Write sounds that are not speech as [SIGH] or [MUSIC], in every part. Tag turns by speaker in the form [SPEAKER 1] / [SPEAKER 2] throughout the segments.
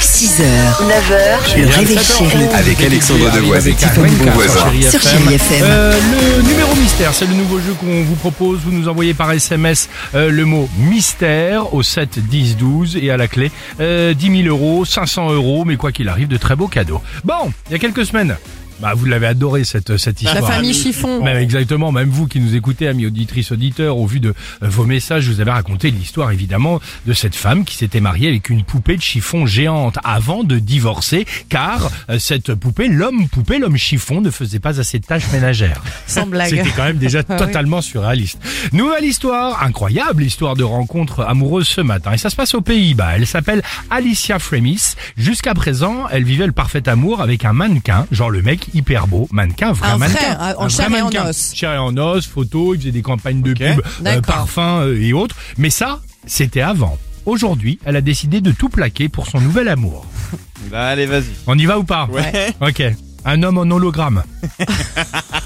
[SPEAKER 1] 6h, 9h, le réveil chéri
[SPEAKER 2] Avec Alexandre Devoise et Tiffany Bonvoisin.
[SPEAKER 1] sur Chéri FM.
[SPEAKER 3] Euh, le numéro mystère, c'est le nouveau jeu qu'on vous propose. Vous nous envoyez par SMS euh, le mot mystère au 7 10 12 et à la clé euh, 10 000 euros, 500 euros, mais quoi qu'il arrive, de très beaux cadeaux. Bon, il y a quelques semaines, bah vous l'avez adoré cette cette histoire.
[SPEAKER 4] chiffon.
[SPEAKER 3] Même exactement, même vous qui nous écoutez, amis auditrices, auditeurs, au vu de euh, vos messages, je vous avez raconté l'histoire évidemment de cette femme qui s'était mariée avec une poupée de chiffon géante avant de divorcer, car euh, cette poupée, l'homme poupée, l'homme chiffon, ne faisait pas assez de tâches ménagères.
[SPEAKER 4] Sans blague. Ah
[SPEAKER 3] C'était quand
[SPEAKER 4] [LAUGHS]
[SPEAKER 3] même déjà
[SPEAKER 4] oui.
[SPEAKER 3] totalement surréaliste. Nouvelle histoire, incroyable histoire de rencontre amoureuse ce matin. Et ça se passe aux Pays-Bas. Elle s'appelle Alicia Fremis. Jusqu'à présent, elle vivait le parfait amour avec un mannequin, genre le mec hyper beau, mannequin, vrai
[SPEAKER 4] Un vrai,
[SPEAKER 3] mannequin.
[SPEAKER 4] un- en
[SPEAKER 3] vrai
[SPEAKER 4] chair et en
[SPEAKER 3] mannequin.
[SPEAKER 4] os.
[SPEAKER 3] Chair et en os, photo, il faisait des campagnes de pub, euh,
[SPEAKER 4] D'accord.
[SPEAKER 3] parfums euh, et autres. Mais ça, c'était avant. Aujourd'hui, elle a décidé de tout plaquer pour son nouvel amour.
[SPEAKER 5] Bah allez vas-y.
[SPEAKER 3] On y va ou pas
[SPEAKER 4] Ouais.
[SPEAKER 3] Ok. Un homme en hologramme.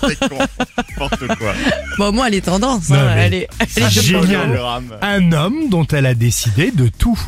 [SPEAKER 5] N'importe quoi.
[SPEAKER 4] Bon, au moins, elle est tendance.
[SPEAKER 3] Non,
[SPEAKER 4] hein,
[SPEAKER 3] mais-
[SPEAKER 4] Elle est, elle est
[SPEAKER 3] C'est
[SPEAKER 4] de-
[SPEAKER 3] Génial. un homme dont elle a décidé de tout.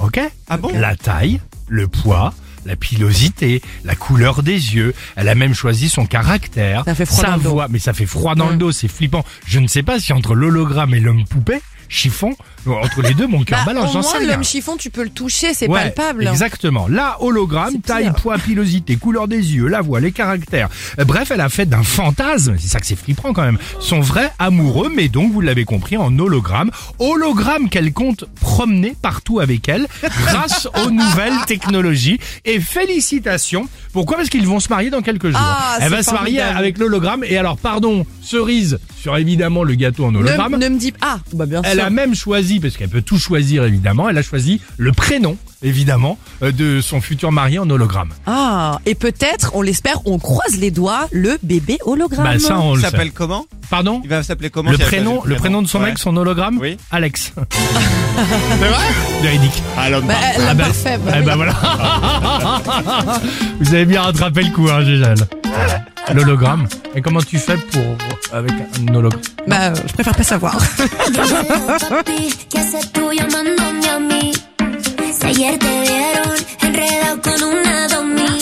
[SPEAKER 3] Ok
[SPEAKER 5] Ah bon
[SPEAKER 3] La taille, le poids, la pilosité, la couleur des yeux. Elle a même choisi son caractère.
[SPEAKER 4] Ça fait froid
[SPEAKER 3] sa
[SPEAKER 4] dans le dos.
[SPEAKER 3] voix. Mais ça fait froid dans le dos, c'est flippant. Je ne sais pas si entre l'hologramme et l'homme poupée, chiffon, entre les deux, mon cœur
[SPEAKER 4] [LAUGHS] Bah,
[SPEAKER 3] balance.
[SPEAKER 4] au
[SPEAKER 3] j'en
[SPEAKER 4] moins,
[SPEAKER 3] sais rien.
[SPEAKER 4] l'homme chiffon, tu peux le toucher, c'est
[SPEAKER 3] Ouais,
[SPEAKER 4] palpable.
[SPEAKER 3] Exactement. Là, hologramme,
[SPEAKER 4] C'est
[SPEAKER 3] taille,
[SPEAKER 4] pire.
[SPEAKER 3] poids, pilosité, couleur des yeux, la voix, les caractères. Euh, Bref, elle a fait d'un fantasme, c'est ça que c'est flippant quand même, son vrai amoureux, mais donc, vous l'avez compris, en hologramme. Hologramme qu'elle compte promener partout
[SPEAKER 4] [LAUGHS]
[SPEAKER 3] avec elle, grâce aux nouvelles technologies. Et félicitations. Pourquoi Parce qu'ils vont se marier dans quelques jours.
[SPEAKER 4] Ah,
[SPEAKER 3] elle
[SPEAKER 4] c'est
[SPEAKER 3] va se marier
[SPEAKER 4] formidable.
[SPEAKER 3] avec l'hologramme. Et alors, pardon, cerise sur évidemment le gâteau en hologramme.
[SPEAKER 4] Ne, ne me dis pas. Ah, bah bien
[SPEAKER 3] Elle
[SPEAKER 4] sûr.
[SPEAKER 3] a même choisi, parce qu'elle peut tout choisir évidemment, elle a choisi le prénom, évidemment, euh, de son futur mari en hologramme.
[SPEAKER 4] Ah, et peut-être, on l'espère, on croise les doigts, le bébé hologramme.
[SPEAKER 3] Bah ça on
[SPEAKER 5] Il
[SPEAKER 3] le sait.
[SPEAKER 5] s'appelle comment
[SPEAKER 3] Pardon
[SPEAKER 5] Il va s'appeler comment
[SPEAKER 3] le
[SPEAKER 5] si elle
[SPEAKER 3] prénom,
[SPEAKER 5] choisit
[SPEAKER 3] le prénom de son
[SPEAKER 5] Ouais.
[SPEAKER 3] mec, son hologramme
[SPEAKER 5] Oui. [LAUGHS]
[SPEAKER 3] Alex.
[SPEAKER 5] C'est vrai
[SPEAKER 3] Véridique.
[SPEAKER 5] Ah l'homme
[SPEAKER 4] Bah, elle
[SPEAKER 3] Ah
[SPEAKER 4] l'a
[SPEAKER 3] bah,
[SPEAKER 4] parfait. bah
[SPEAKER 3] Eh
[SPEAKER 4] oui.
[SPEAKER 3] ben voilà.
[SPEAKER 5] [LAUGHS]
[SPEAKER 3] Vous avez bien rattrapé le coup, hein, Gégel. L'hologramme. Et comment tu fais pour avec un hologramme
[SPEAKER 4] Bah, euh, je préfère
[SPEAKER 1] [LAUGHS]
[SPEAKER 4] pas savoir.
[SPEAKER 6] Papi, ¿qué haces tú llamándome a mí? Si ayer te vieron enredado con una domi.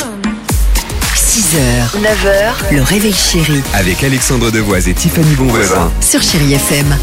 [SPEAKER 1] 6h, 9h, le réveil chéri
[SPEAKER 2] Avec Alexandre Devoise et Tiffany Bonvoisin.
[SPEAKER 1] sur Chéri FM.